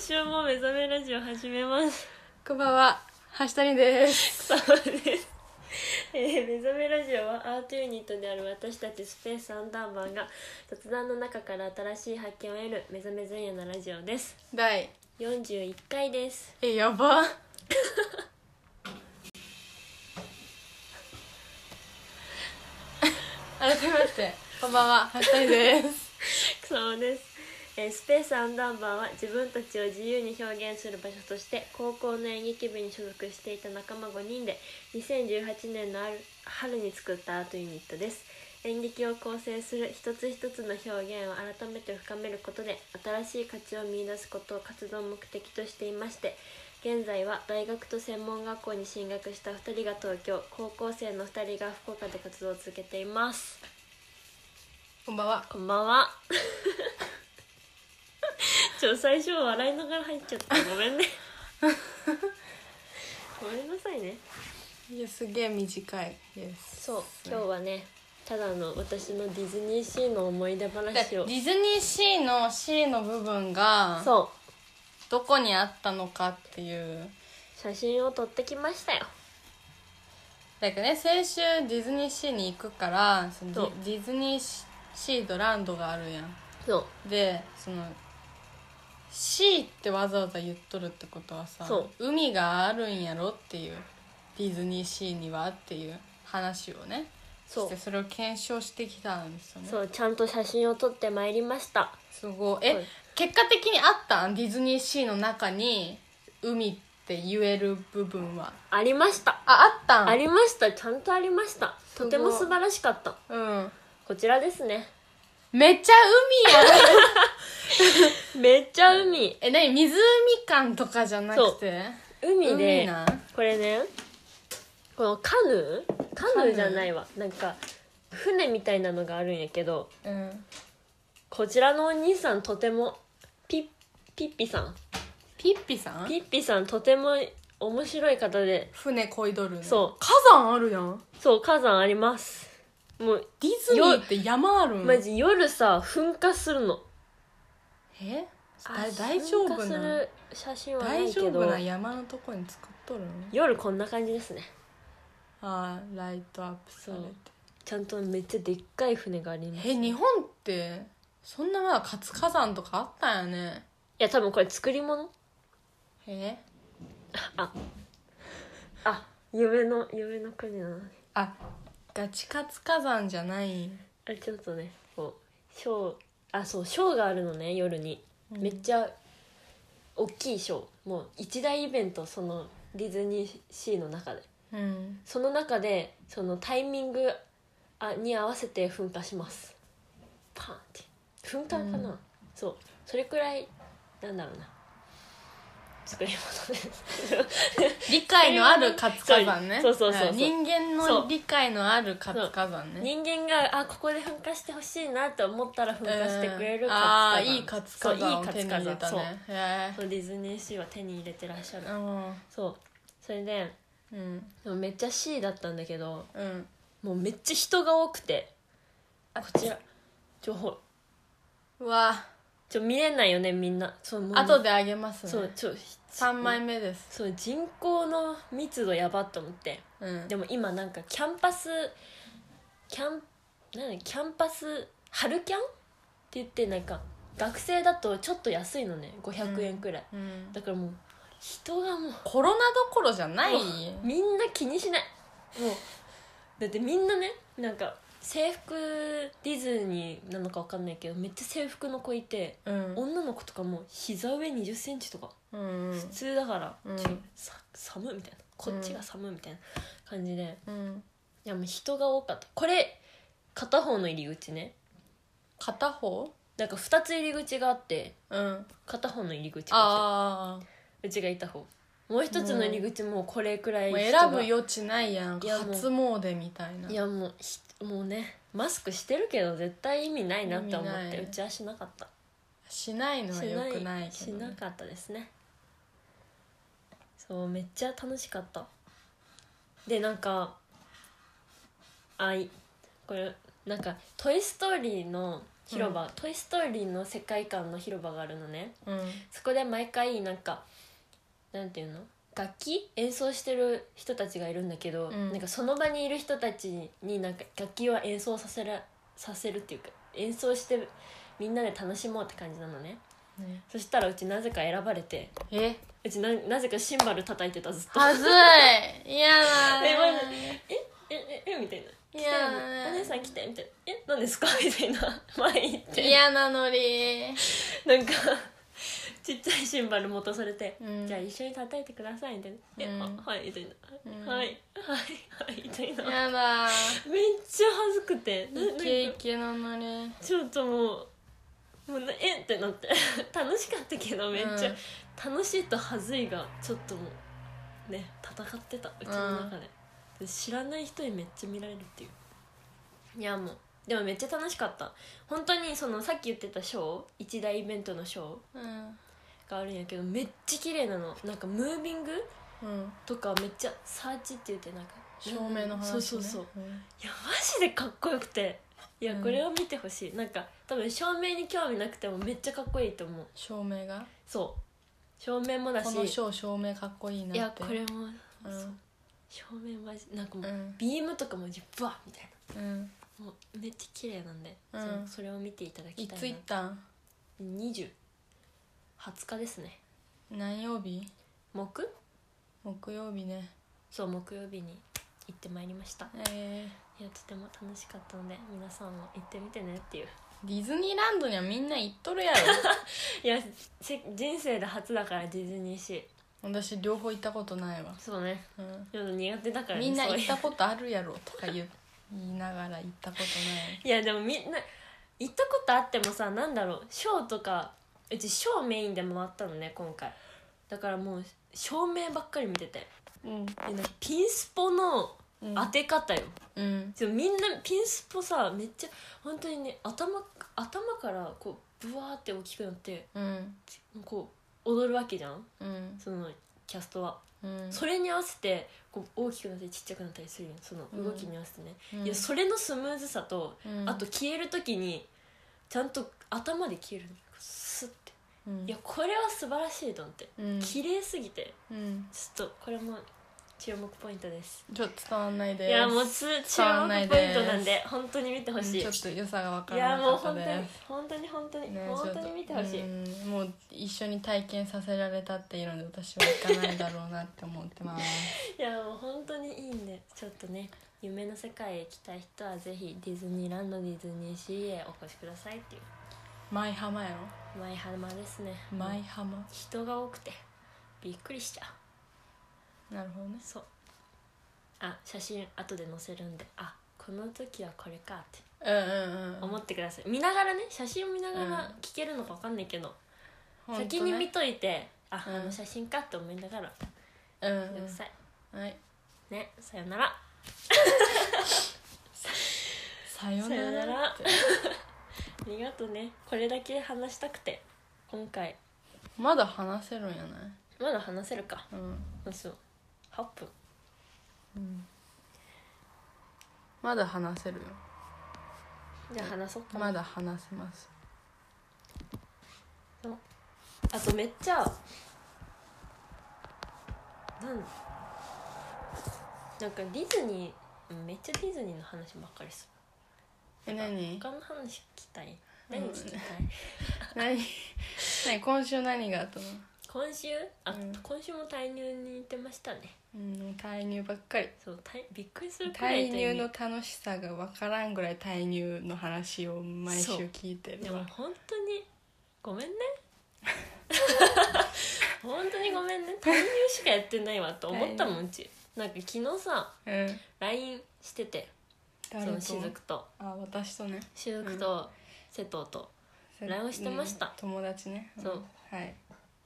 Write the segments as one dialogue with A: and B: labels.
A: 週も目覚めラジオ始めます。
B: こんばんは、橋谷です。
A: そうです。えー目覚めラジオはアートユニットである私たちスペースアンダーバーが雑談の中から新しい発見を得る目覚め前夜のラジオです。
B: 第、
A: 41回です。
B: え、やば。 改めまして、こんばんは、橋谷です。
A: そうです、えースペースアンダーバーは自分たちを自由に表現する場所として高校の演劇部に所属していた仲間5人で2018年のある春に作ったアートユニットです演劇を構成する一つ一つの表現を改めて深めることで新しい価値を見出すことを活動目的としていまして現在は大学と専門学校に進学した2人が東京高校生の2人が福岡で活動を続けています
B: こんばんは。
A: こんばんは。 ちょ最初笑いながら入っちゃったごめんね。ごめんなさいね。
B: いや、すげえ短いです。
A: そう今日はねただの私のディズニーシーの思い出
B: でデ
A: 話を
B: ィ。ズニーシーの C の部分が
A: そう
B: どこにあったのかっていう
A: 写真を撮ってきましたよ。
B: だからね先週ディズニーシーに行くからそのデ
A: そう
B: ィディズニーシシーとランドがあるやん
A: そう
B: でその「シー」ってわざわざ言っとるってことはさ
A: そ
B: 海があるんやろっていうディズニーシーにはっていう話をね
A: そう
B: してそれを検証してきたんですよね
A: そうちゃんと写真を撮ってまいりました。
B: すごいえ、
A: はい
B: 結果的にあったんディズニーシーの中に「海」って言える部分は
A: ありました。
B: ああったん
A: ありましたちゃんとありました。
B: ご
A: と
B: い
A: ても素晴らしかった。
B: うん
A: こちらですね。
B: めっちゃ海やん
A: めっちゃ海
B: え何湖感とかじゃなくて
A: 海で。
B: 海なん
A: これねこのカヌーカヌーじゃないわなんか船みたいなのがあるんやけど
B: うん
A: こちらのお兄さんとてもピッピッピさん
B: ピッピさん
A: ピッピさんとても面白い方で
B: 船こいどるね
A: そう
B: 火山あるやん
A: そう火山ありますもう
B: ディズニーって山あるん
A: マジ夜さ噴火するの
B: え
A: あ
B: だ大丈
A: 噴火
B: 夫
A: す
B: な
A: る写真はな
B: 大
A: いけ
B: 丈夫
A: ど
B: な山のとこに作っとるの
A: 夜こんな感じですね
B: あーライトアップされて
A: ちゃんとめっちゃでっかい船があります
B: え日本ってそんなまだ活火山とかあったんやね
A: いや多分これ作り物
B: え
A: あ夢の夢の国なの
B: あガチ活火山じゃない
A: あちょっとねこうショーあそうショーがあるのね夜に、めっちゃ大きいショーもう一大イベントそのディズニーシーの中で
B: うん
A: その中でそのタイミングあに合わせて噴火しますパーンって噴火かな、
B: うん
A: そうそれくらいなんだろうな作り物です
B: 理解のある活火山ね
A: そうそうそうそう
B: あ人間
A: そ
B: の
A: う
B: 理解のある活火山ね
A: 人間があここで噴火してほしいなと思ったら噴火してくれる
B: う
A: 活
B: ん
A: 火山
B: ああいい活火山を
A: そうい
B: 手
A: い活
B: に
A: 火
B: 入れ
A: 山
B: た
A: そう
B: ねへ
A: そうディズニーシーは手に入れてらっしゃる
B: えうん
A: そうそれで
B: うん
A: でもめっちゃ C だったんだけど
B: うん
A: もうめっちゃ人が多くて
B: あ
A: こちらちょほ
B: うわ
A: ちょ見れないよねみんなそうもう
B: 後であげますね
A: そうちょ
B: 3枚目です、
A: そう人口の密度やばと思って
B: うん
A: でも今なんかキャンパスキャンなんだキャンパス春キャンって言ってなんか学生だとちょっと安いのね500円くらい、
B: うん
A: だからもう人がもう
B: コロナどころじゃない
A: も うみんな気にしないもうだってみんなねなんか制服ディズニーなのかわかんないけどめっちゃ制服の子いて
B: うん
A: 女の子とかもう膝上2 0センチとか
B: うん
A: 普通だから、
B: うん
A: ちょさ寒みたいなこっちが寒みたいな感じで、い
B: うん
A: やもう人が多かったこれ片方の入り口ね
B: 片方
A: なんか2つ入り口があって
B: うん
A: 片方の入り口があっ
B: あ
A: てうちがいた方もう一つの入り口もこれくら
B: あ
A: い
B: もう選ぶ余地ないやん
A: いやもう
B: 初詣みたいない
A: やもうひもうねマスクしてるけど絶対意味ないなって思
B: 意
A: っ
B: 味
A: て
B: ないう
A: ちはしなかった
B: しないのはよくないけ
A: し
B: ど、
A: な
B: ね、
A: かったですねそうめっちゃ楽しかったでなんかあいこれなんか「トイ・ストーリー」の広場、トイ・ストーリー」の世界観の広場があるのね
B: うん
A: そこで毎回なんかなんていうの楽器演奏してる人たちがいるんだけど、
B: うん
A: なんかその場にいる人たちになんか楽器は演奏させらさせるっていうか演奏してみんなで楽しもうって感じなのね
B: ね
A: そしたらうちなぜか選ばれて
B: え
A: うちななぜかシンバル叩いてたずっと
B: はずい嫌だ
A: えま
B: ね
A: 「えええみたいな「来て
B: 嫌だ
A: お姉さ
B: ね
A: ん来て」みたいな「え何ですか?」みたいな前行って
B: 嫌なノリ
A: なんかちっちゃいシンバル持たされて、
B: うん
A: じゃあ一緒に叩いてくださいみたいな「え、
B: うん
A: あはい」みたいな「
B: うん
A: はいはいはい」みたいなめっ
B: 嫌だ
A: ちゃ恥ずくてななん
B: イ
A: か
B: ケイケのノリ
A: ちょっともうもうなえってなって 楽しかったけどめっちゃ、楽しいと恥ずいがちょっともうね戦ってたうちの中で、で知らない人にめっちゃ見られるっていういやもうでもめっちゃ楽しかった本当にそのさっき言ってたショー一大イベントのショー
B: うん
A: があるんやけどめっちゃ綺麗なのなんかムービング
B: うん
A: とかめっちゃサーチって言ってなんか
B: 照明の話ね
A: そうそうそう
B: うん
A: いやマジでかっこよくていや
B: うん
A: これを見てほしい、なんか多分照明に興味なくてもめっちゃかっこいいと思う
B: 照明が
A: そう照明もだし
B: このショー照明かっこいい
A: い
B: な
A: や
B: って
A: これも、
B: う
A: そうん照明マジなんかも
B: う
A: う、
B: ん
A: ビームとかもじバーみたい
B: うん
A: なもうめっちゃ綺麗なんで、
B: うん
A: そのそれを見ていただき
B: い
A: た
B: つ
A: い
B: 行っ
A: な
B: たん
A: 2020日ですね
B: 何曜日
A: 木
B: 木曜日ね
A: そう木曜日に行ってまいりました
B: え
A: いやとても楽しかったので皆さんも行ってみてねっていう
B: ー、ディズニーランドにはみんな行っとるやろ
A: いやせ人生で初だからディズニーシー
B: 私両方行ったことないわ、
A: そうね
B: うん、
A: ちょっと苦手だからね
B: みんな
A: そういう
B: 行ったことあるやろとか言う言いながら行ったことない
A: いやでもみんな行ったことあってもさなんだろうショーとかうちショーメインで回ったのね今回だからもう照明ばっかり見てて
B: う
A: でなんかピンスポの
B: ん
A: 当て方よ、
B: うん
A: ちょみんなピンスポさめっちゃ本当にね頭頭からこうブワーって大きくなって
B: うん
A: こう踊るわけじゃん
B: うん
A: そのキャストは、
B: うん
A: それに合わせてこう大きくなったりちっちゃくなったりするやんその動きに合わせてね、
B: うん
A: いやそれのスムーズさと、
B: うん
A: あと消える時にちゃんと頭で消えるのスッて
B: うん
A: いやこれは素晴らしいと思って
B: うん
A: 綺麗すぎて
B: うん
A: ちょっとこれも注目ポイントです
B: ちょっと伝わんないです
A: いやもうつ注
B: 伝わんな
A: 目
B: い
A: ポ
B: です
A: イントなんで本当に見てほしい、
B: うんちょっと良さが分か
A: い
B: ら
A: や
B: な
A: も
B: か
A: う
B: った
A: 本当に
B: です
A: 本当に本当に、
B: ね
A: 本当
B: ちょっ
A: に
B: と
A: 見てほしい、
B: うんもう一緒に体験させられたっていうので私は行かないだろうなって思ってます
A: いやもう本当にいいんでちょっとね夢の世界へ行きたい人はぜひディズニーランドディズニーシーへお越しくださいっていう
B: 舞浜や
A: 舞浜ですね
B: ろ舞浜
A: 人が多くてびっくりしちゃう
B: なるほどね
A: そうあ写真後で載せるんであこの時はこれかって
B: うんうんうん
A: 思ってください見ながらね写真を見ながら
B: う
A: 聞けるのか分かんないけど、
B: ほんとね
A: 先に見といてあ、
B: うん
A: あの写真かって思いながら
B: うん
A: 見てください、
B: うんはい
A: ねさよなら
B: さよ
A: さよ
B: な
A: な
B: ら
A: らありがとうねこれだけ話したくて今回
B: まだ話せるんやない
A: まだ話せるか
B: うん、
A: そうそう8分
B: うん、まだ話せるよ
A: じゃあ話そうかな
B: まだ話せます
A: あとめっちゃなんなんかディズニーうんめっちゃディズニーの話ばっかりす
B: え
A: る
B: 何
A: 他の話聞きたい
B: うん
A: 何聞きたい、
B: 何 何今週何があったの
A: 今週あ、
B: うん
A: 今週も退入に行ってましたね
B: うん退入ばっかり
A: そう退びっくり するくらい
B: 退入の楽しさが分からんぐらい退入の話を毎週聞いて
A: で
B: る
A: も
B: わ
A: 本当にご めんね本当にごめんね退入しかやってないわと思ったもんうちなんか昨日さ
B: うん、
A: LINE しててそ
B: 誰
A: の
B: と
A: 雫と
B: あ私とね
A: しずくと瀬戸と、LINE をしてました
B: うん友達ねん
A: そう
B: はい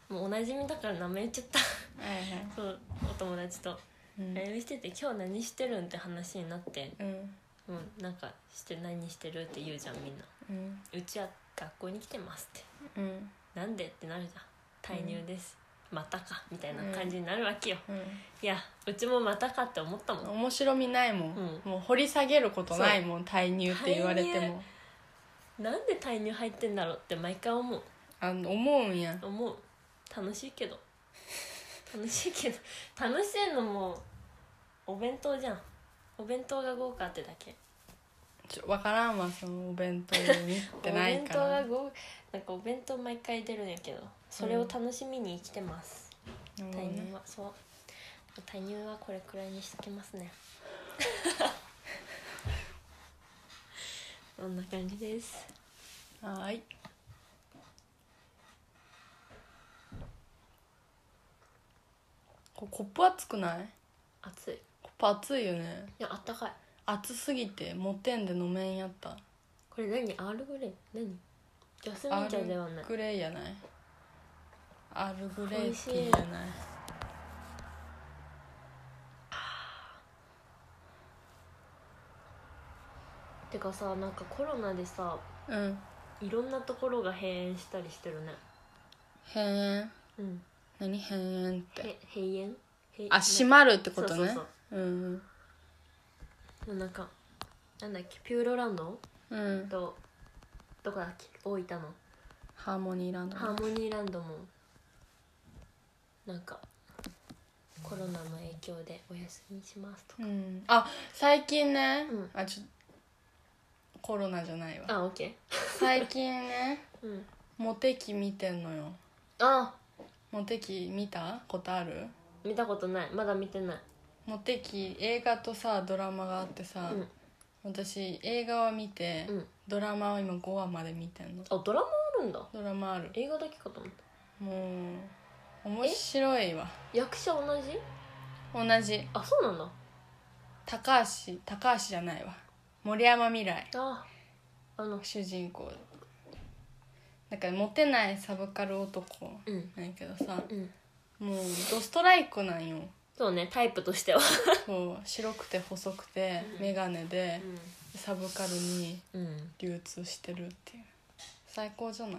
A: もうおなじみだから名前言っちゃった
B: はいはい
A: そうお友達と
B: うん
A: LINE してて「今日何してるん?」って話になって
B: うん
A: 「もうなんかして何してる?」って言うじゃんみんな「
B: うん
A: うちは学校に来てます」って
B: うん
A: 「なんで?」ってなるじゃん「退入です」またか」みたいな感じになるわけよ、
B: う
A: いやうちもまたかって思ったも
B: ん
A: ん
B: 面白みないもん、
A: うん
B: もう掘り下げることないもん退入って言われて
A: 退
B: も
A: なんで退入入ってんだろうって毎回思う
B: あの思うんや
A: 思う楽しいけど楽しいけど楽しいのもお弁当じゃんお弁当が豪華ってだけ
B: ちょ分からんわそのお弁当にっ
A: お
B: てない
A: 弁
B: か
A: 当
B: ら
A: が豪なんかお弁当毎回出るんやけどそれを楽しみに生きてます、
B: なるほど
A: 退
B: ね
A: 乳はそう退乳はこれくらいにしときます ねこんな感じです
B: はーいこコップ熱くない
A: 暑いい
B: コップ熱いよね
A: やあったかい
B: 熱すぎて持てんで飲めんやった
A: これ何アールグレイ何ジャスミ
B: ア
A: ン茶
B: ー
A: ではない
B: ルグレイやないアールグレイティーやない
A: てかさなんかコロナでさ
B: うん
A: いろんなところが閉園したりしてるね
B: へえん
A: うん
B: 何へえんって
A: へ閉園閉
B: あ閉まるってこと
A: そ
B: ね
A: うそうそう
B: うん
A: なんなんかなんだっけピューロランド
B: うん
A: とどこだっけ大分の
B: ハーモニーランド
A: ハーモニーランドもなんかコロナの影響でお休みしますとか
B: うんあ最近ね、
A: うん
B: あちょコロナじゃないわ
A: あオッケ
B: 最近ね
A: ーうん
B: モテ期見てんのよ
A: あ
B: モテ期見たことある
A: 見たことないまだ見てない
B: モテ期映画とさドラマがあってさ、
A: うん
B: 私映画は見て、
A: うん
B: ドラマは今5話まで見てんの
A: あドラマあるんだ
B: ドラマある
A: 映画だけかと思った
B: もう面白いわ
A: 役者同じ
B: 同じ
A: あそうなんだ
B: 高橋高橋じゃないわ森山未来
A: ああの
B: 主人公なんかモテないサブカル男
A: うん
B: なんやけどさ
A: うん
B: もうドストライクなんよ
A: そうねタイプとしては
B: そう白くて細くて眼鏡でサブカルに
A: うん、うん、
B: 流通してるっていう最高じゃない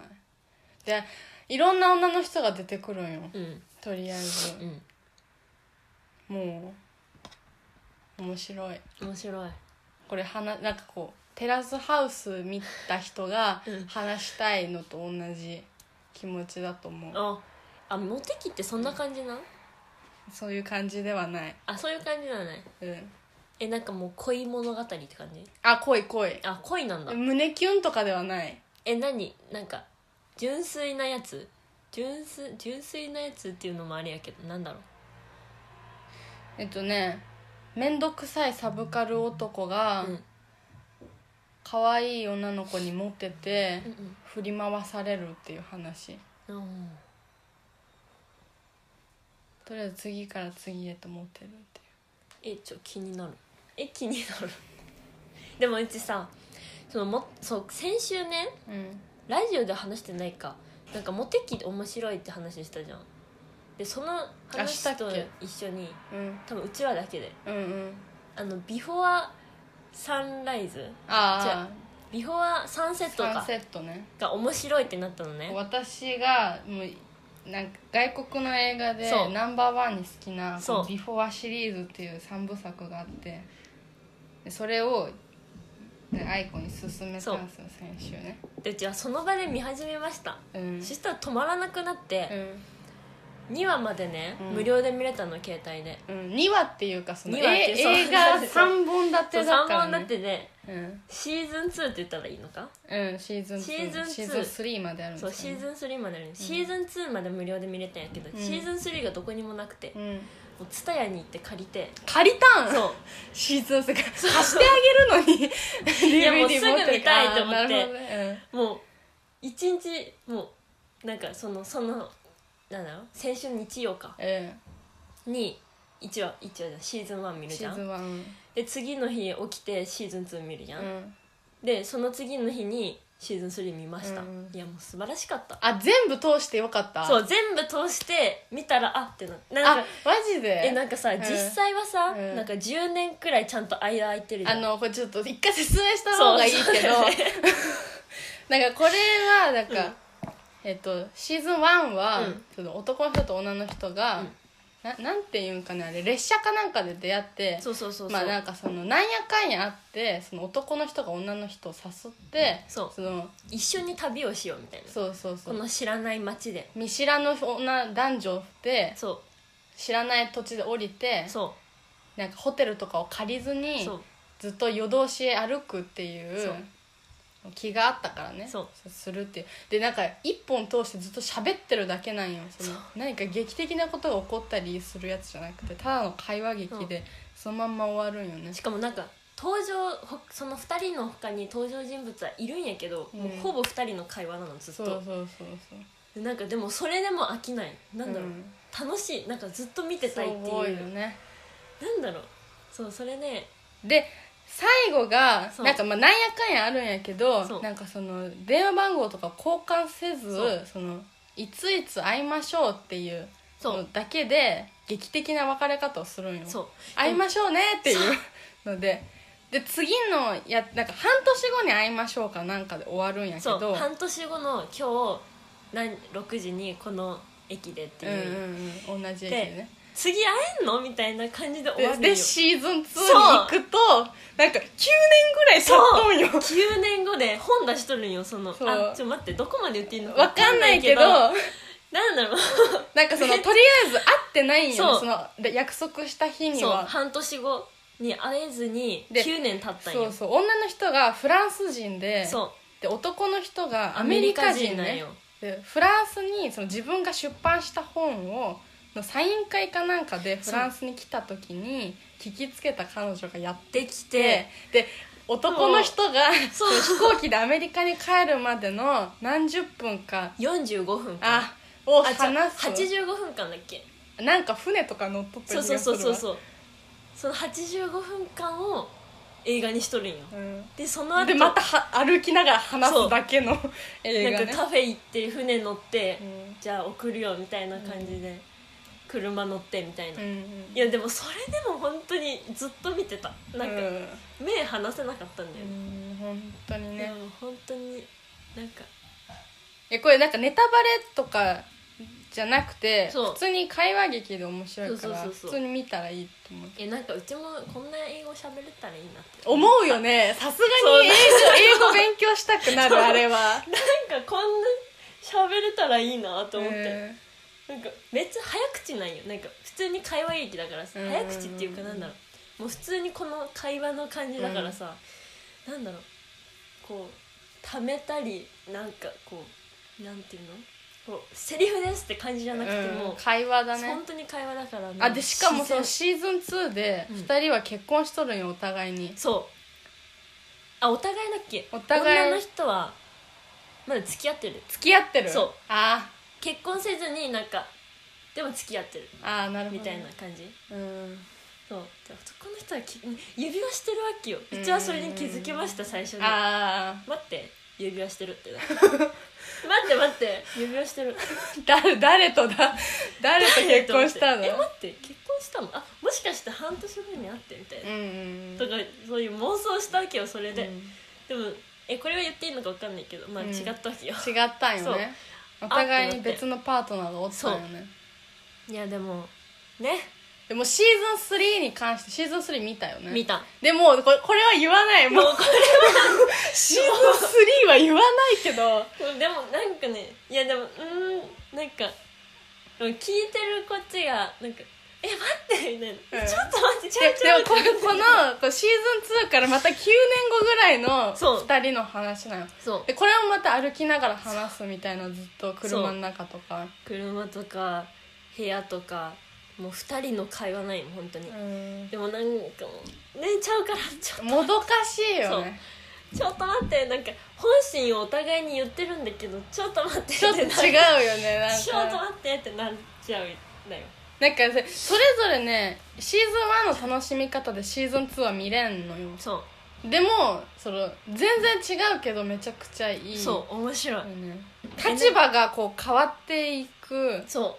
B: でいろんな女の人が出てくるんよ
A: うん
B: とりあえず
A: うん
B: もう面白い
A: 面白い
B: これ話なんかこうテラスハウス見た人が
A: うん
B: 話したいのと同じ気持ちだと思う
A: ああモテ期ってそんな感じなん
B: そういう感じではない、
A: あそういう感じなのね
B: うん、
A: えなんかもう恋物語って感じ
B: あ恋恋
A: あ恋なんだ
B: 胸キュンとかではない
A: え何なんか純粋なやつ純粋純粋なやつっていうのもあれやけどなんだろ
B: えっとね面倒くさいサブカル男
A: う、
B: が
A: うん、うん
B: 可愛い女の子にモテて
A: うん
B: 振り回されるっていう話
A: うん
B: とりあえず次から次へとモテるってい
A: えちょ気になるえ気になる でもうちさそのもそう先週ね
B: ううん
A: ラジオで話してないかなんかモテ期面白いって話したじゃんでその
B: した
A: 話
B: っ
A: と
B: け
A: 一緒に
B: うん
A: 多分うちらだけで
B: うんうん
A: あのビフォアサンライズじゃ
B: あ
A: ビフォアサンセッ
B: あ
A: ト
B: サ
A: か
B: ンセットね
A: が面白いってなったのね
B: 私がもうなんか外国の映画で
A: そう
B: ナンバーワンに好きな「
A: そう
B: ビフォア」シリーズっていう3部作があってでそれをで愛子に勧めたんですよ先週ね
A: でうちはその場で見始めました、
B: うん
A: そしたら止まらなくなって、2話までね、
B: うん
A: 無料で見れたの携帯で
B: うんうん、2話っていうかその
A: 二話って
B: え
A: そう
B: 映画3本立
A: そう
B: てだ
A: 3
B: から、
A: 本
B: ね、
A: だってね
B: うん、
A: シーズン2って言ったらいいのか、
B: うん、シーズン2
A: シーズンツー
B: シーズン3まであるんです
A: そ
B: よ、
A: う
B: ね、
A: シーズン3まであるのにシーズン2まで無料で見れたんやけど、
B: うん
A: シーズン3がどこにもなくて、も
B: うん、
A: う TSUTAYA に行って借りて
B: 借りたん
A: そう
B: シーズン3貸してあげるのに
A: いやもう
B: DVD
A: すぐ見たいと思って
B: 持るあーなるほどね
A: もう一日もうなんかそのそのなんだろう先週日曜か
B: うん、うん
A: に1話1話じゃんシーズン1見る
B: シ
A: じゃ
B: ーズ
A: ん
B: ン1
A: で次の日起きてシーズン2見るじゃん、
B: うん
A: でその次の日にシーズン3見ました、
B: うん
A: いやもう素晴らしかった
B: あ全部通してよかった
A: そうう全部通して見たらあってなな
B: あ
A: んか
B: マジで
A: えなんかさ、
B: ん
A: 実際はさ、
B: うん
A: なんか10年くらいちゃんと間空いてるじゃ
B: あ
A: ん
B: のこれちょっと一回説明した方がいいけ
A: そうそう
B: ど
A: だよ
B: なんかこれはなんか、えっとシーズン1は、
A: うん
B: その男の人と女の人が、
A: うん
B: ななんていうんかねあれ列車かなんかで出会って
A: そうそうそうそう、
B: まあなんかそのなんやかんやあってその男の人が女の人を誘って
A: そう
B: その
A: 一緒に旅をしようみたいな
B: そうそうそ
A: こ
B: う
A: の知らない街で
B: 見知らぬ女男女で
A: そ
B: 知らない土地で降りて
A: うそ
B: なんかホテルとかを借りず
A: う
B: に
A: そう
B: ずっと夜通し歩くっていう
A: そう
B: 気があったからね
A: そう
B: するっていうでなんか一本通してずっと喋ってるだけなんよその
A: そう
B: 何か劇的なことが起こったりするやつじゃなくてただの会話劇でそのまんま終わるんよね
A: しかもなんか登場ほその2人の他に登場人物はいるんやけど、
B: うん
A: もうほぼ2人の会話なのずっ
B: そうそう
A: と
B: そうそう
A: でなんかでもそれでも飽きないなんだろう、
B: うん
A: 楽しいなんかずっと見て
B: す
A: たいって
B: ご
A: い
B: いよ
A: う
B: ね
A: なんだろうそうそれね
B: で最後が
A: そう
B: なんかまあなんやかんやあるんやけど
A: そう
B: なんかその電話番号とか交換せず
A: そう
B: そのいついつ会いましょうっていう
A: そう
B: のだけで劇的な別れ方をするんよ
A: そう
B: 会いましょうねっていうのでで次のやなんか半年後に会いましょうかなんかで終わるんやけ
A: そう
B: ど
A: 半年後の今日何6時にこの駅でって
B: うんう
A: いう、
B: んうん同じ駅でね
A: 次会えんのみたいな感じで終わ
B: で
A: るよ
B: でシーズン2に行くとなんか9年ぐらい経っとんよ
A: 9年後で本出しとるんよその
B: そう
A: あちょっと待ってどこまで言っていいの
B: わかんないけど
A: わかんないけどなんだろう
B: なんかそのとりあえず会ってないんよ
A: そう
B: そので約束した日に
A: そう
B: は
A: 半年後に会えずに
B: で
A: 9年経ったんよ
B: そうそう女の人がフランス人で
A: そう
B: で男の人が
A: ア
B: ア
A: メ
B: メ
A: リ
B: リ
A: カ
B: カ
A: 人
B: 人
A: なん
B: ね
A: よ
B: でフランスにその自分が出版した本をのサイン会かなんかでフランスに来た時に聞きつけた彼女がやっ
A: でき
B: て
A: て
B: で男の人が
A: そ
B: そうの飛行機でアメリカに帰るまでの何十分か
A: 45分間
B: あを
A: あじゃあ
B: 話す
A: 85分間だっけ
B: なんか船とか乗っとった
A: そう
B: り、
A: そうそうそうそううその85分間を映画にしとるんよ
B: うん、
A: でその後
B: でまたは歩きながら話すだけの映
A: な
B: 画
A: ん
B: ね
A: かカフェ行って船乗って、
B: うん
A: じゃあ送るよみたいな感じで、車乗ってみたいな、
B: う
A: い
B: ん
A: やでもそれでも本当にずっと見てた
B: うん
A: なんか
B: うん
A: 目離せなかったんだよね、
B: うん本当に
A: で
B: ね
A: も本当になんか
B: えこれなんかネタバレとかじゃなくて
A: そう
B: 普通に会話劇で面白いか
A: そう
B: ら
A: そうそうそう
B: 普通に見たらいいと思う
A: えなんかうちもこんな英語喋れたらいいなって
B: 思うよねさすが
A: そう
B: に英語英語勉強したくなるあれは
A: なんかこんな喋れたらいいなと思って、
B: うん
A: なんかめっちゃ早口なんよなんか普通に会話劇だからさ
B: うん
A: 早口っていうかなんだろうもう普通にこの会話の感じだからさ、なんだろうこうためたりなんかこうなんていうのこうセリフですって感じじゃなくても、
B: うん会話だね
A: 本当に会話だからね
B: あでしかもその
A: 自
B: シーズン2で
A: うん
B: 2人は結婚しとるんよお互いに
A: 然そうあお互いだっけ
B: お互い
A: 女の人はまだ付き合ってる
B: 付き合ってる
A: そう
B: あ
A: 結婚せずになんかでも付き合ってる
B: ーあーなるほど
A: みたいな
B: ね
A: 感じ、
B: うん
A: そうで男の人はき指輪してるわけようちはそれに気づきました最初に待
B: ああ
A: って指輪してる ってなった待って待って指輪してる
B: 誰誰と だ誰と結婚したの
A: え待って結婚したのあもしかして半年後に会ってみたいな、
B: うん
A: と
B: う
A: かそういう妄想したわけよそれ
B: ん
A: で、
B: うん
A: でもえこれは言っていいのか分かんないけどまあ
B: うん
A: 違ったわけよ、
B: 違ったんよねお互いに別のパートナーがおったんよね
A: いやでもね
B: でもシーズン3に関してシーズン3見たよね
A: 見た
B: でもこれこれは言わないもう
A: もうこ
B: シーズン3は言わないけど
A: れでもなんかねいやでもうーんなんかでも聞いてるこっちがなんか「え待って」みたいな、
B: うん
A: ちょっと待ってちょ
B: で
A: いちょい
B: でもここのこうシーズン2からまた9年後ぐらいの
A: そう
B: 2人の話なの
A: そう
B: でこれをまた歩きながら話すみたいなずっと車の中とか
A: 車とか部屋とかもう2人の会話ないもん本当に、
B: うん
A: でもなんかもう「寝ちゃうからちょっ
B: もどかしいよね
A: とちょっと待って」なんか本心をお互いに言ってるんだけど「ちょっと待って」
B: ちょっと違う
A: う
B: よねなんか
A: ちょっと待ってってなっちゃうだよ
B: なんかせそれぞれねシーズン1の楽しみ方でシーズン2は見れんのよ
A: そ
B: でもその全然違うけどめちゃくちゃいうい
A: そう面白い、
B: うん立場がこう変わっていく
A: そ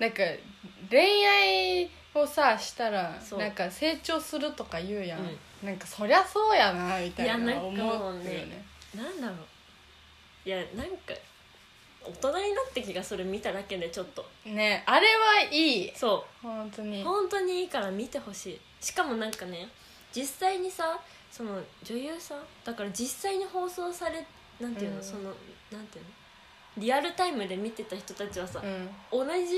B: なんか恋愛をさしたら
A: そう
B: なんか成長するとか言うやん、
A: うん
B: なんかそりゃそうやなみたい
A: いやなん
B: な
A: か
B: 思う
A: も
B: よ
A: うね
B: ね
A: うなんだろういやなんか大人人になって気がする見ただけでちょっと
B: ねあれはいい
A: そ
B: 本当
A: う
B: に
A: 本当にいいから見てほしいしかもなんかね実際にさその女優さんだから実際に放送されなんていうの、
B: うん
A: そのなんていうのリアルタイムで見てた人たちはさ
B: う、ん
A: 同じ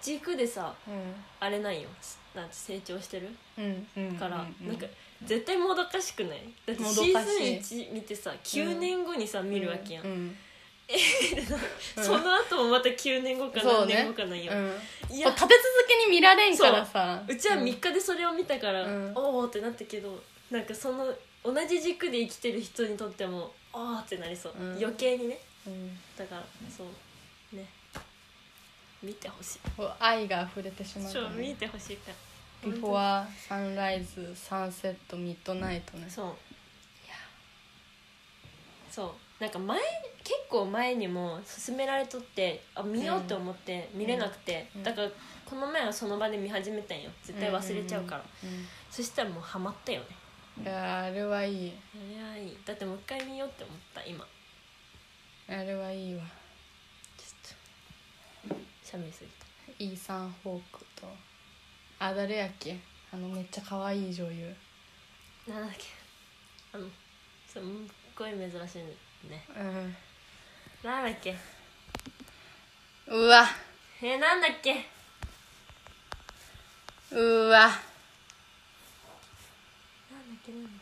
A: 軸でさ
B: うん
A: あれないよなんて成長してる
B: うんうん
A: から、
B: うんうん
A: なんか絶対もどかしくないだって
B: も
A: シ
B: どかしい
A: ーズン1見てさ9年後にさ、見るわけやん、
B: うんうんうん
A: その後もまた9年後か
B: そ
A: 何
B: うね
A: 年後かなんよ、
B: うん
A: い
B: そう
A: や
B: 立て続けに見られんからさ
A: うちは3
B: ん
A: 日でそれを見たから、
B: うん
A: おおってなったけどなんかその同じ軸で生きてる人にとってもああってなりそう、
B: うん
A: 余計にね
B: うん
A: だからそうね見てほしい
B: こう愛が溢れてしまう
A: そう
B: からね
A: 見てほしいから
B: ビフォアサンライズサンセットミッドナイトね
A: そうそうなんか前結構前にも勧められとってあ見ようと思って見れなくて、
B: うん
A: だからこの前はその場で見始めたんよ絶対忘れちゃうから、
B: う
A: そしたらもうハマったよね
B: ん、いやあれはいい
A: いやいいだってもう一回見ようって思った今
B: あれはいいわ
A: ちょっとしゃべりすぎた
B: イーサン・ホークとあ誰やっけあのめっちゃ可愛い女優
A: なんだっけあのすっごい珍しいねなんだっけ
B: うんうわ
A: えなんだっけ
B: うわ
A: なんだっけなんだっ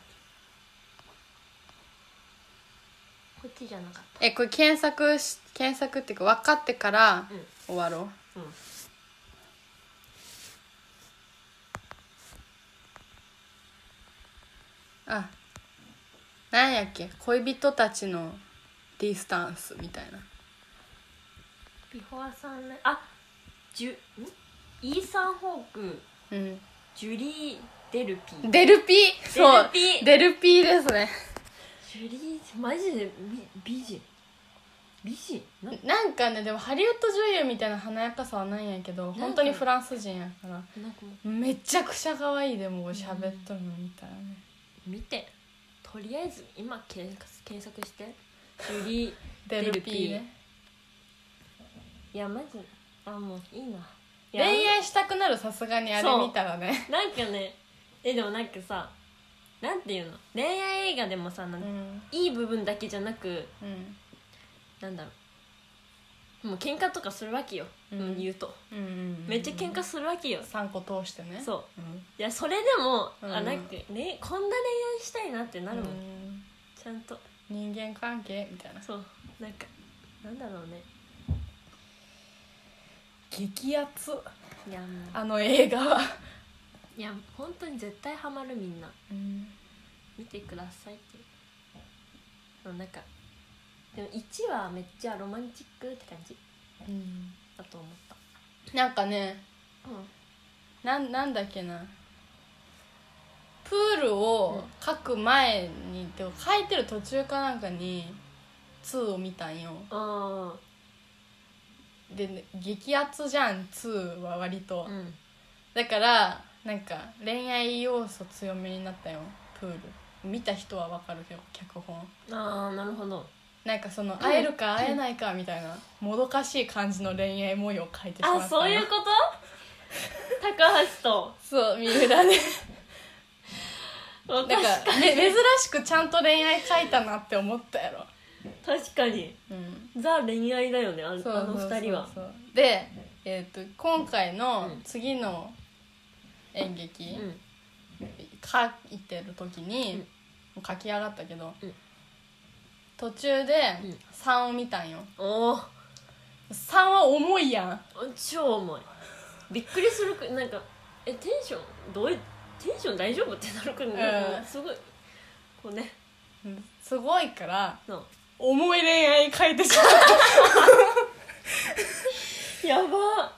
A: けこっちじゃなかっ
B: えこれ検索し検索っていうか分かってから
A: うん
B: 終わろ
A: たうん
B: うあなんやっけ恋人たちのディスタンスみたいな
A: ビフォアさんねあジュんイーサン・ホーク
B: うん
A: ジュリー・デルピー
B: デルピーそ
A: デル
B: う
A: ピー
B: デルピーですね
A: ジュリーマジで美美人美人な
B: なんかねでもハリウッド女優みたいな華やかさはないんやけど
A: か
B: 本当にフランス人やから
A: なんかもう
B: めちゃくちゃ可愛いでも喋っとるの見たらね
A: 見てとりあえず今検索検索してジュリー
B: デルピー
A: デル
B: ね
A: いやマジあもういいない
B: 恋
A: や
B: 愛したくなるさすがにあれ見たらね
A: なんかねえでもなんかさなんていうの恋愛映画でもさな
B: うんん
A: いい部分だけじゃなく
B: うん
A: なんだろうもう喧嘩とかするわけよ、
B: うん
A: もう言うと
B: うんうん
A: めっちゃ喧嘩するわけよ、
B: 3個通してね
A: そう
B: うん
A: いやそれでも、あ
B: うん
A: なんか、ね、こんな恋愛したいなってなるもん、
B: うん
A: ちゃんと
B: 人間関係みたいな
A: そうなんかなんだろうね
B: 激アツ
A: いやもう
B: あの映画は、
A: いや本当に絶対ハマるみんな見てくださいっていうなんかでも1はめっちゃロマンチックって感じ
B: うん
A: だと思った
B: なんかね
A: う
B: なんなんだっけなプールを書く前に、でも書いてる途中かなんかに2を見たんよ
A: んあ
B: で、ね激アツじゃん2は割と、
A: あうん
B: だからなんか恋愛要素強めになったよプール見た人はわかるけど脚本
A: ああなるほど
B: なんかその会えるか会えないかみたいなもどかしい感じの恋愛模様を書いてしまった
A: あ
B: の
A: そういうこと 高橋と
B: そう三浦ね
A: 確か
B: なんかめ珍しくちゃんと恋愛書いたなって思ったやろ
A: 確かに
B: うん
A: ザ恋愛だよねあ
B: そうそうそうそう
A: あの二人は
B: で、えー、と今回の
A: うん
B: 次の演劇、
A: うん
B: 書いてる時に、書き上がったけど、
A: うん
B: 途中で
A: うん
B: 3を見たんよ
A: おお
B: 3は重いやん
A: 超重いびっくりするくなんかえテンションどういテンション大丈夫ってなるくな
B: うん
A: んかすごいこうね
B: すごいから
A: の
B: 重い恋愛書いてしまっ
A: やば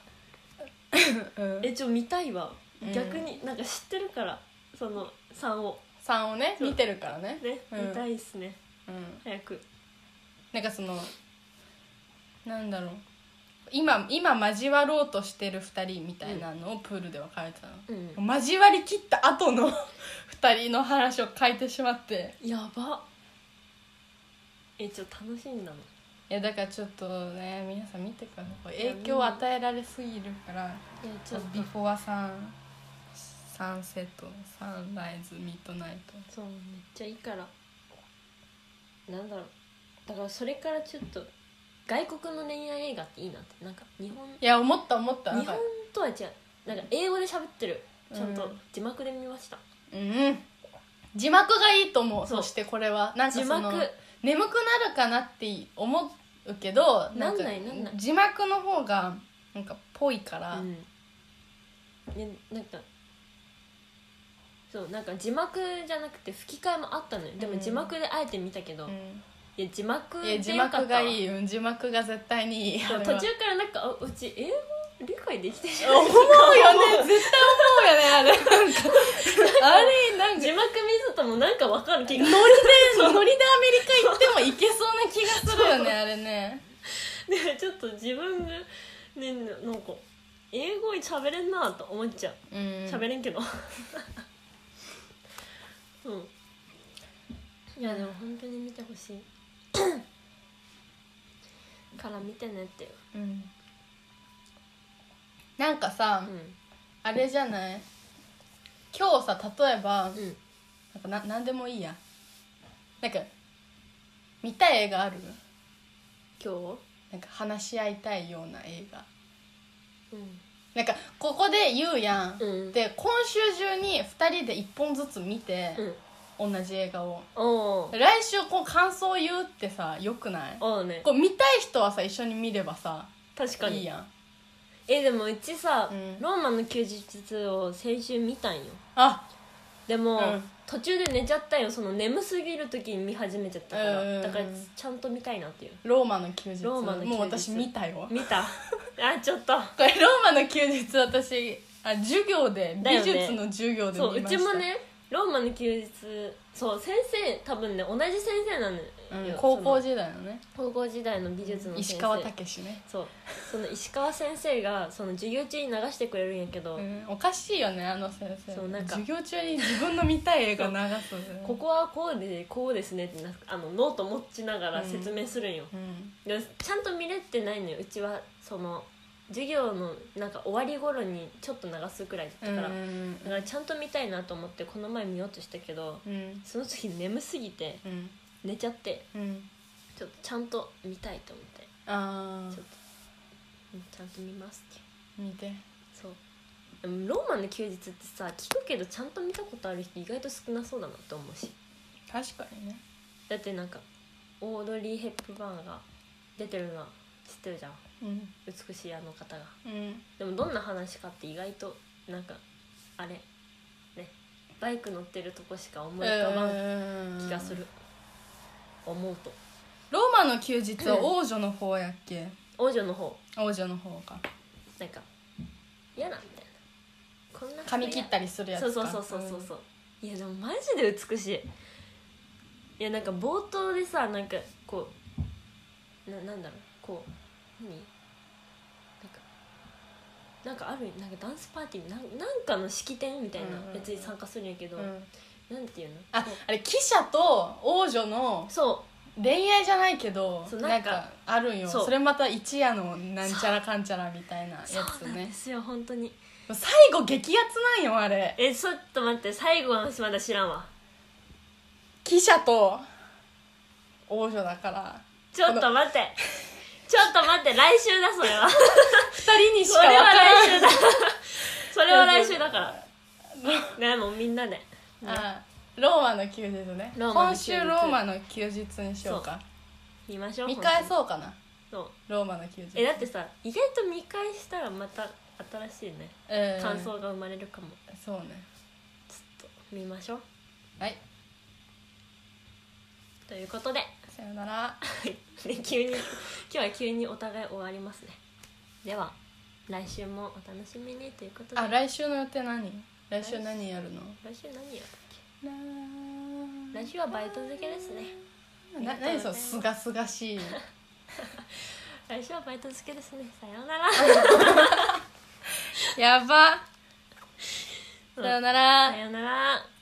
B: た、うん
A: えちょ見たいわ、
B: うん
A: 逆になんか知ってるからその3を
B: 3をね
A: そう
B: 見てるからね
A: ね、
B: うん
A: 見たいっすね
B: うん、
A: 早く
B: なんかそのなんだろう今今交わろうとしてる2人みたいなのをプールで別れてたの、
A: うん
B: 交わりきった後の 2人の話を書いてしまって
A: やばえちょ楽しんだの
B: いやだからちょっとね皆さん見てください影響を与えられすぎるから
A: いや
B: ちょっとビフォアサンサンセットサンライズミッドナイト
A: そうめっちゃいいからなんだろうだからそれからちょっと外国の恋愛映画っていいなってなんか日本
B: いや思った思ったなん
A: 日
B: か
A: 本とは違うなんか英語で喋ってるちゃん
B: う
A: と
B: ん
A: 字幕で見ました、
B: うん字幕がいいと思う
A: そ
B: そうしてこれはなんかそ
A: 字
B: の
A: 幕
B: 眠くなるかなって思うけどか
A: なんないなんない
B: 字幕の方がなんかぽいから、
A: うんねなんかそうなんか字幕じゃなくて吹き替えもあったのよで
B: う
A: も
B: ん
A: 字幕であえて見たけど、
B: う
A: い
B: ん
A: や字幕
B: いや
A: で
B: 字
A: よかった
B: 幕がい
A: い
B: い、うん、字幕が絶対にいい
A: 途中
B: あれは
A: からなんかあうち英語理解でき てる
B: 思うよね絶対思うよねあれなんかあれ なんか
A: 字幕見せたもなんかわかる気
B: ノリで
A: が
B: ノリでアメリカ行ってもいけそうな気がするよねあれね
A: でちょっと自分がねなんか英語喋れんなと思っ ちゃう
B: うん
A: 喋れんけ どうんいやでも本当に見てほしい から見てねっていう
B: うんなんかさ、
A: う
B: あれじゃない今日さ例えば
A: んうん
B: なんかな何でもいいやなんか見たい映画ある
A: 今
B: なんか話し合いたいような映画
A: 日うん
B: なんかここで言うやん、
A: うん
B: で今週中に2人で1本ずつ見て、
A: うん
B: 同じ映画を
A: おー
B: 来週こう感想言うってさよくない
A: おーね
B: こう見たい人はさ一緒に見ればさ
A: 確か
B: いい
A: に
B: やん
A: えでもうちさ、
B: うん
A: ローマの休日を先週見たんよ
B: あ
A: でも、
B: うん
A: 途中で寝ちゃったよその眠すぎる時に見始めちゃったから、
B: うんうんうん
A: だからちゃんと見たいなっていう
B: ローマの休日
A: ローマの休日
B: もう私見たよ
A: 見た あちょっと
B: これローマの休日私あ授業で
A: だ
B: 美
A: よね
B: 術の授業で見ま
A: そうう
B: した
A: ちもねローマの休日そう先生多分ね同じ先生なのよ、
B: うん
A: そ
B: 高
A: の
B: 校時代のね
A: 高校時代の美術の先生
B: 石川武ね、
A: そうその石川先生がその授業中に流してくれるんやけど、
B: うんおかしいよねあの先生
A: そうなんか
B: 授業中に自分の見たい映画流すのね
A: ここはこうでこうですねってなあのノート持ちながら説明するんよ、
B: うん
A: でちゃんと見れてないのようちはその授業のなんか終わり頃にちょっと流すくらいだったから、
B: うんうん
A: だからちゃんと見たいなと思ってこの前見ようとしたけど
B: うん
A: その時眠すぎて
B: うん
A: 寝ちゃって
B: うん
A: ちょっとちゃんと見たいと思って
B: あ
A: ちょっと
B: あ
A: うんちゃんと見ますって
B: 見て
A: そうでもローマの休日ってさ聞くけどちゃんと見たことある人意外と少なそうだなと思うし
B: 確かにね
A: だってなんかオードリー・ヘップバーンが出てるのは知ってるじゃん
B: うん
A: 美しいあの方が
B: うん
A: でもどんな話かって意外となんかあれねバイク乗ってるとこしか思い浮かばん気がする、思うと
B: ローマの休日は王女の方やっけ
A: 王女の方
B: 王女の方か
A: なんか嫌だみたいなこんな人
B: 髪切ったりするや
A: 嫌
B: つ
A: そ
B: か
A: うそうそうそうそうそう、いやでもマジで美しいいやなんか冒頭でさなんかこうななんだろうこう何なんかなんかあるなんかダンスパーティーなんなんかの式典みたいなやつに参加するんやけど、
B: うんうん
A: なんていうの
B: あ
A: こ
B: あれ記者と王女の
A: うそ
B: 恋愛じゃないけど
A: そう
B: な
A: なんん
B: か
A: か
B: あるんよ
A: そう
B: それまた一夜のなんちゃらかんちゃらみたいなや
A: うそ
B: つ
A: うなん
B: ね
A: ですよ本当に
B: 最後激アツなんよあれ
A: えちょっと待って最後の話まだ知らんわ
B: 記者と王女だから
A: ちょっと 待ってちょっと待って来週だそれは
B: 二人にし
A: そ
B: か
A: れ
B: 分
A: は
B: から
A: 来週
B: ん
A: だ それは来週だからねもうみんな で
B: あローマの休日ね
A: ローマの休
B: 今
A: 日
B: 週ローマの休日にしようか
A: 見ましょう
B: 見返
A: う
B: そうかな
A: そう
B: ローマの休日
A: えだってさ意外と見返したらまた新しいね
B: うん
A: 感想が生まれるかも
B: そうね
A: ちょっと見ましょう
B: はい
A: ということで
B: さよなら
A: で急に今日は急にお互い終わりますねでは来週もお楽しみにということで
B: あ来週の予定何来週何やるの
A: 来週何やるっけ来週はバイト漬けですね
B: な何そのすがすが しい
A: 来週はバイト漬けですねさようなら
B: やばさよなら
A: さようなら